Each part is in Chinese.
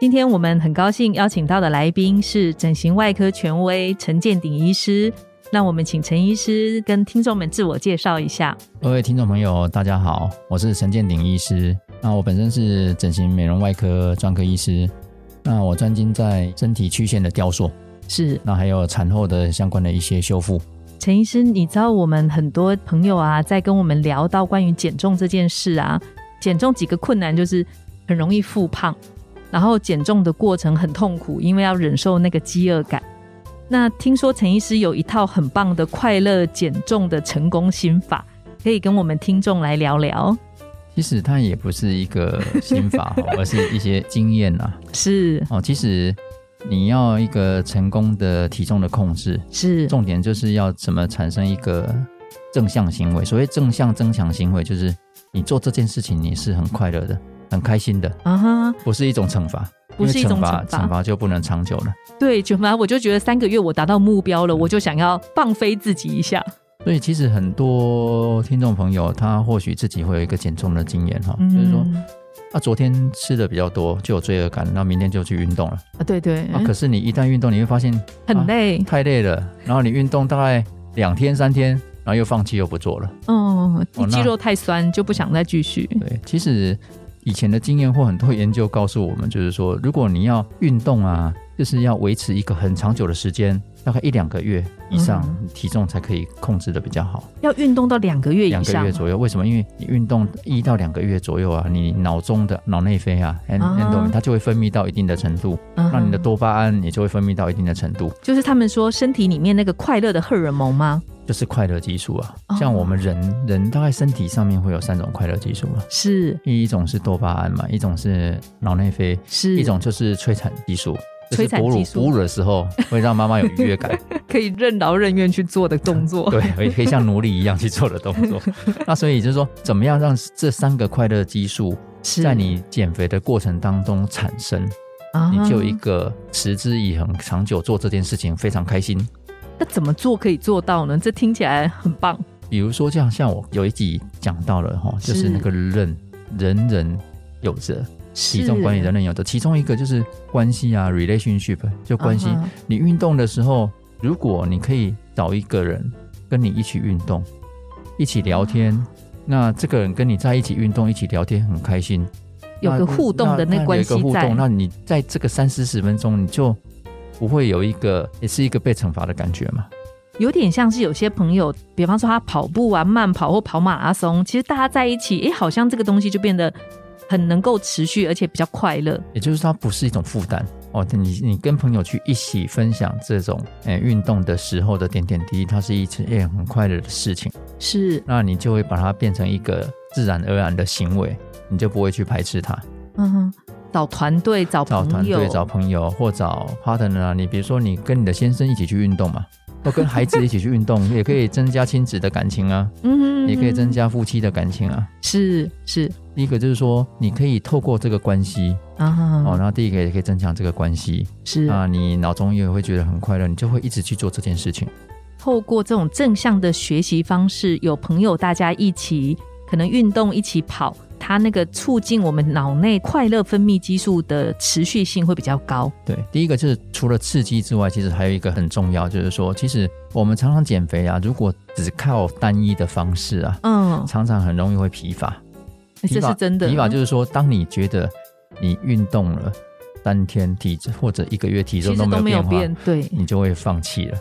今天我们很高兴邀请到的来宾是整形外科权威陈建鼎医师。那我们请陈医师跟听众们自我介绍一下。各位听众朋友，大家好，我是陈建鼎医师。那我本身是整形美容外科专科医师，那我专精在身体曲线的雕塑，是那还有产后的相关的一些修复。陈医师，你知道我们很多朋友啊，在跟我们聊到关于减重这件事啊，减重几个困难就是很容易复胖，然后减重的过程很痛苦，因为要忍受那个饥饿感。那听说陈医师有一套很棒的快乐减重的成功心法，可以跟我们听众来聊聊。其实它也不是一个心法，哦而是一些经验啊。是哦，其实你要一个成功的体重的控制，是，重点就是要怎么产生一个正向行为。所谓正向增强行为，就是你做这件事情你是很快乐的、很开心的，啊哈，不是一种惩罚。不是一种因为罚，惩罚惩罚就不能长久了。对，卷毛，我就觉得三个月我达到目标嗯了，我就想要放飞自己一下。所以其实很多听众朋友，他或许自己会有一个减重的经验哈，就是说嗯啊，昨天吃的比较多，就有罪恶感，那明天就去运动了。啊，对对，啊，可是啊你一旦运动，你会发现很累，太累了，然后你运动大概两天三天，然后又放弃又不做了。嗯，哦肌那肉太酸就不想再继续。对，其实以前的经验或很多研究告诉我们，就是说，如果你要运动啊，就是要维持一个很长久的时间，大概一两个月以上，嗯你体重才可以控制的比较好。要运动到两个月两以个上月，左右。为什么？因为你运动一到两个月左右啊，你脑中的脑内啡啊 e n d o 啊 m i 它就会分泌到一定的程度，嗯那你的多巴胺也就会分泌到一定的程度，就是他们说身体里面那个快乐的荷尔蒙吗？就是快乐激素啊哦。像我们人人大概身体上面会有三种快乐激素嘛，是一种是多巴胺嘛，一种是脑内啡，是一种就是催产激素。就催是产哺乳激素哺乳的时候会让妈妈有愉 悦感， 可以任劳任怨去做的动作。对，可以可以像奴隶一样去做的动 作。那所以就是说，怎么样让这三个快乐激素是在你减肥的过程当中产生，啊你就有一个持之以恒、长久做这件事情非常开心。那怎么做可以做到呢？这听起来很棒。比如说，像像我有一集讲到了哈，是就是那个人人人有责，体重管理人人有责，其中一个就是关系啊，relationship 就关系。啊哈你运动的时候，如果你可以找一个人跟你一起运动，一起聊嗯天。那这个人跟你在一起运动、一起聊天很开心，有个互动的那关系有一个互在动，，那你在这个三四十分钟，你就不会有一个也是一个被惩罚的感觉嘛？有点像是有些朋友，比方说他跑步啊、慢跑或跑马拉松，其实大家在一起，诶，好像这个东西就变得很能够持续，而且比较快乐。也就是它不是一种负担哦。你你跟朋友去一起分享这种诶运动的时候的点点滴滴，它是一件很快乐的事情，是，那你就会把它变成一个自然而然的行为，你就不会去排斥它。嗯哼，找团队、找找团朋友、队、找朋友或找 partner 啊，你比如说你跟你的先生一起去运动嘛，或跟孩子一起去 运动，也可以增加亲子的感情啊。嗯也可以增加，加夫妻的感情啊。是是第一个就是说，你可以透过这个关系啊哈，哦，啊然后第一个也可以增强这个关系，是那你脑中也会觉得很快乐，你就会一直去做这件事情。透过这种正向的学习方式，有朋友大家一起可能运动一起跑，它那个促进我们脑内快乐分泌激素的持续性会比较高。对，第一个就是除了刺激之外，其实还有一个很重要，就是说，其实我们常常减肥啊，如果只靠单一的方式啊，嗯，常常很容易会疲乏。哎这是真的。疲乏就是说，当你觉得你运动了三天体脂或者一个月体嗯其重实都都没没有有变化，嗯变，对，你就会放弃了。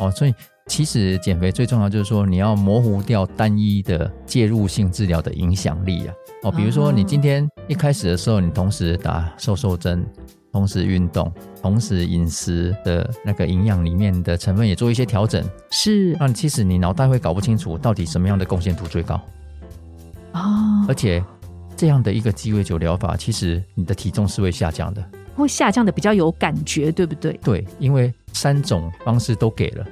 哦，所以其实减肥最重要就是说，你要模糊掉单一的介入性治疗的影响力啊。哦，比如说你今天一开始的时候，你同时打瘦瘦针，同时运动，同时饮食的那个营养里面的成分也做一些调整，是那其实你脑袋会搞不清楚到底什么样的贡献度最高，哦啊而且。这样的一个鸡尾酒疗法，其实你的体重是会下降的，会下降的比较有感觉，对不对？对，因为三种方式都给了，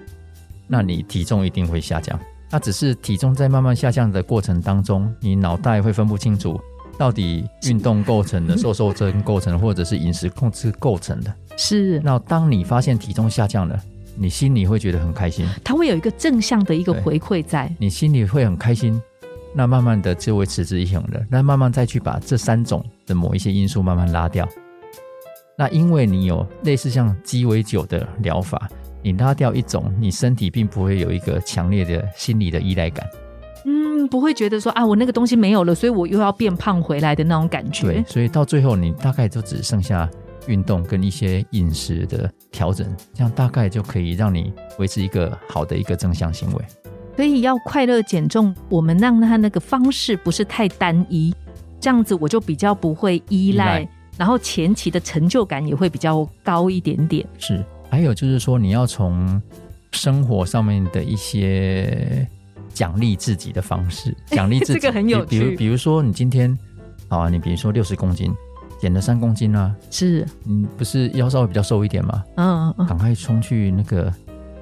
那你体重一定会下降。那只是体重在慢慢下降的过程当中，你脑袋会分不清楚到底运动构成的、瘦瘦针构成的，或者是饮食控制构成的。是，那当你发现体重下降了，你心里会觉得很开心，它会有一个正向的一个对回馈在。你心里会很开心。那慢慢的就会持之以恒的，那慢慢再去把这三种的某一些因素慢慢拉掉。那因为你有类似像鸡尾酒的疗法，你拉掉一种，你身体并不会有一个强烈的心理的依赖感。嗯，不会觉得说啊，我那个东西没有了，所以我又要变胖回来的那种感对觉，。所以到最后你大概就只剩下运动跟一些饮食的调整，这样大概就可以让你维持一个好的一个正向行为。所以要快乐减重，我们让它那个方式不是太单一，这样子我就比较不会依赖，依赖然后前期的成就感也会比较高一点点。是，还有就是说你要从生活上面的一些奖励自己的方式，奖励自 己，这个很有比比趣如比如说你今天，好啊，你比如说六十公斤，减了三公斤啊，是，你不是腰稍微比较瘦一点吗？嗯嗯，赶快冲去那个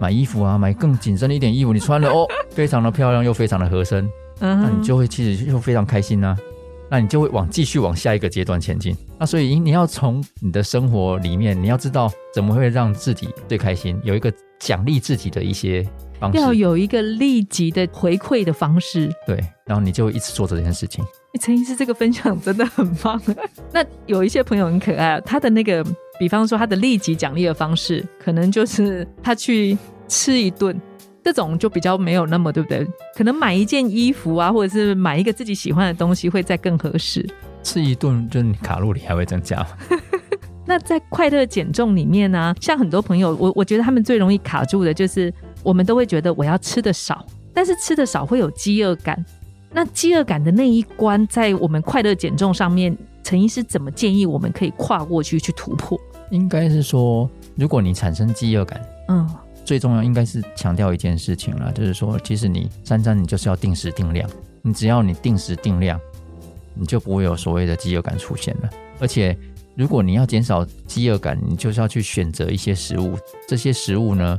买衣服啊，买更紧身一点衣服，你穿了哦，非常的漂亮又非常的合身，嗯那你就会其实就非常开心呐、啊那你就会往继续往下一个阶段前进。那所以你要从你的生活里面，你要知道怎么会让自己最开心，有一个奖励自己的一些方要式。有一个立即的回馈的方式。对，然后你就会一直做这件事情。陈医师这个分享真的很棒。 那有一些朋友很可爱啊，他的那个，比方说他的立即奖励的方式，可能就是他去吃一顿，这种就比较没有那么对不对？可能买一件衣服啊，或者是买一个自己喜欢的东西，会再更合适。吃一顿，就是你卡路里还会增加。那在快乐减重里面呢、像很多朋友，我我觉得他们最容易卡住的就是，我们都会觉得我要吃的少，但是吃的少会有饥饿感。那饥饿感的那一关，在我们快乐减重上面，陈医师怎么建议我们可以跨过去去突破？应该是说，如果你产生饥饿感，嗯，最重要应该是强调一件事情啦，就是说，其实你三餐你就是要定时定量，你只要你定时定量，你就不会有所谓的饥饿感出现了。而且，如果你要减少饥饿感，你就是要去选择一些食物，这些食物呢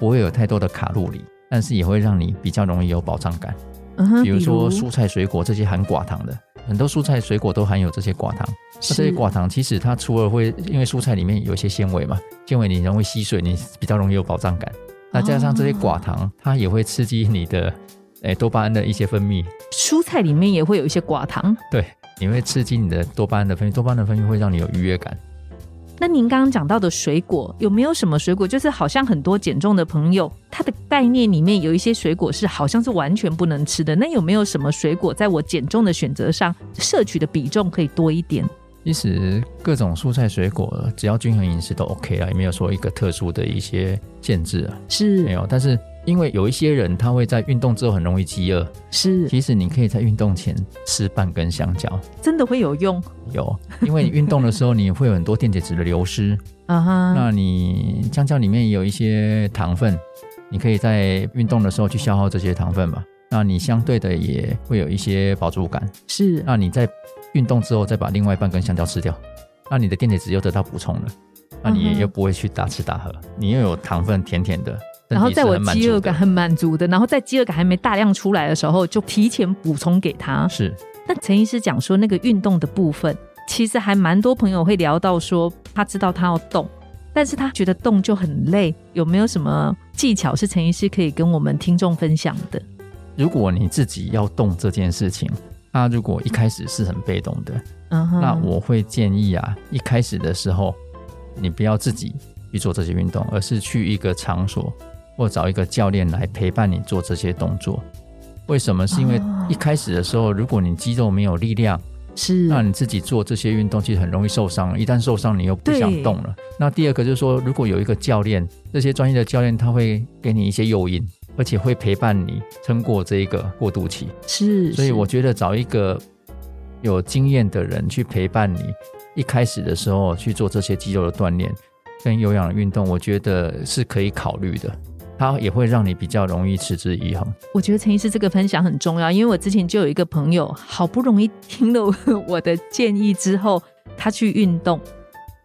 不会有太多的卡路里，但是也会让你比较容易有饱胀感。嗯哼比如说蔬菜水果这些含寡糖的，很多蔬菜水果都含有这些寡糖。那这些寡糖其实它除了会，因为蔬菜里面有一些纤维嘛，纤维你容易吸水，你比较容易有饱胀感。那加上这些寡糖，它也会刺激你的诶、多巴胺的一些分泌，蔬菜里面也会有一些寡糖。对，你会刺激你的多巴胺的分泌，多巴胺的分泌会让你有愉悦感。那您刚刚讲到的水果，有没有什么水果？就是好像很多减重的朋友，他的概念里面有一些水果是好像是完全不能吃的。那有没有什么水果，在我减重的选择上，摄取的比重可以多一点？其实各种蔬菜水果只要均衡饮食都 OK 啦，也没有说一个特殊的一些限制啊，没是有。但是因为有一些人他会在运动之后很容易饥饿，是，其实你可以在运动前吃半根香蕉，真的会有用有，因为你运动的时候你会有很多电解质的流失，啊哈。那你香蕉里面也有一些糖分，你可以在运动的时候去消耗这些糖分嘛，那你相对的也会有一些饱足感，是那你在运动之后再把另外半根香蕉吃掉，那你的电解质又得到补充了，那你嗯哼也又不会去大吃大喝，你又有糖分甜甜的，然后身体在嗯是我很满饥足饿的感很满足的，然后在饥饿感还没大量出来的时候，就提前补充给他。是那陈医师讲说，那个运动的部分，其实还蛮多朋友会聊到说，他知道他要动，但是他觉得动就很累，有没有什么技巧是陈医师可以跟我们听众分享的？如果你自己要动这件事情，它如果一开始是很被动的，嗯哼那我会建议啊，一开始的时候你不要自己去做这些运动，而是去一个场所或找一个教练来陪伴你做这些动作。为什么？是因为哦一开始的时候，如果你肌肉没有力量，是那你自己做这些运动其实很容易受伤。一旦受伤，你又不想对动了。那第二个就是说，如果有一个教练，这些专业的教练他会给你一些诱因，而且会陪伴你撑过这一个过渡期。是，所以是我觉得找一个有经验的人去陪伴你，一开始的时候去做这些肌肉的锻炼跟有氧的运动，我觉得是可以考虑的。它也会让你比较容易持之以恒。我觉得陈医师这个分享很重要，因为我之前就有一个朋友，好不容易听了我我的建议之后，他去运动，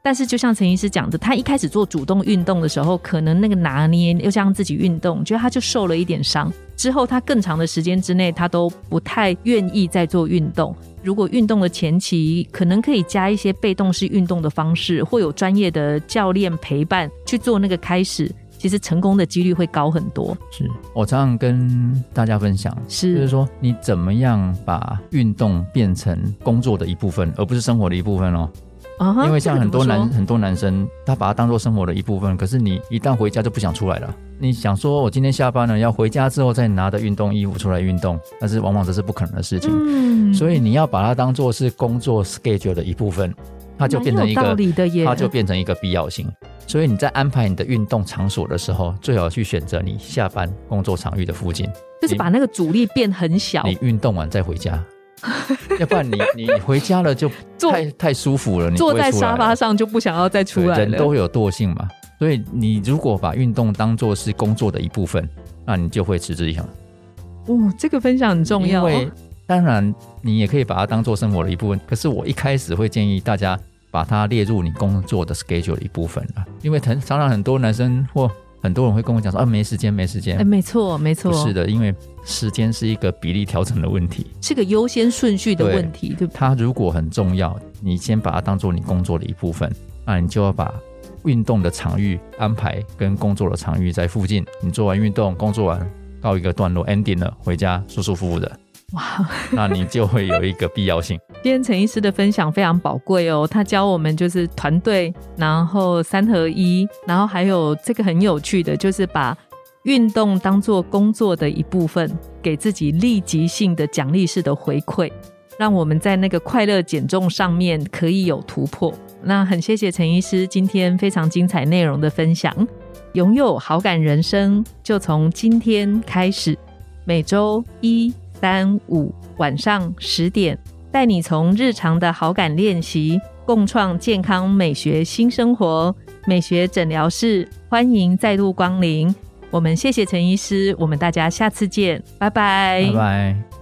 但是就像陈医师讲的，他一开始做主动运动的时候，可能那个拿捏又加上自己运动，觉得他就受了一点伤。之后他更长的时间之内，他都不太愿意再做运动。如果运动的前期，可能可以加一些被动式运动的方式，或有专业的教练陪伴去做那个开始，其实成功的几率会高很多。是我常常跟大家分享，就是是说你怎么样把运动变成工作的一部分，而不是生活的一部分哦。啊哈因为像很多这个男、怎么很多男生，他把它当做生活的一部分，可是你一旦回家就不想出来了。你想说，我今天下班了，要回家之后再拿着运动衣服出来运动，但是往往这是不可能的事情。说嗯所以你要把它当做是工作 schedule 的一部分，它就变成嗯一蛮有道个，理的耶，它就变成一个必要性。所以你在安排你的运动场所的时候，最好去选择你下班工作场域的附近。就是把那个阻力变很小，你运动完再回家， 要不然你你回家了就坐太太舒服了，你不坐会在出来沙了发上就不想要再出对来人都了。会有惰性嘛，所以你如果把运动当做是工作的一部分，那你就会持之以恒。哦，这个分享很重要因哦。为当然你也可以把它当做生活的一部分，可是我一开始会建议大家把它列入你工作的 schedule 的一部分啊，因为很常常很多男生或很多人会跟我讲说啊没时间没时间哎，，没错，没错，不是的，因为时间是一个比例调整的问题。是个优先顺序的问题，对不对？它如果很重要，你先把它当做你工作的一部分，那你就要把运动的场域安排跟工作的场域在附近。你做完运动，工作完告一个段落，ending 了，回家舒舒服服的，哇，那你就会有一个必要性。今天陈医师的分享非常宝贵哦，他教我们就是团队，然后三合一，然后还有这个很有趣的，就是把运动当做工作的一部分，给自己立即性的奖励式的回馈，让我们在那个快乐减重上面可以有突破。那很谢谢陈医师今天非常精彩内容的分享，拥有好感人生就从今天开始。每周一、三、五晚上十点，带你从日常的好感练习，共创健康美学新生活。美学诊疗室欢迎再度光临，我们谢谢陈医师，我们大家下次见，拜拜拜拜。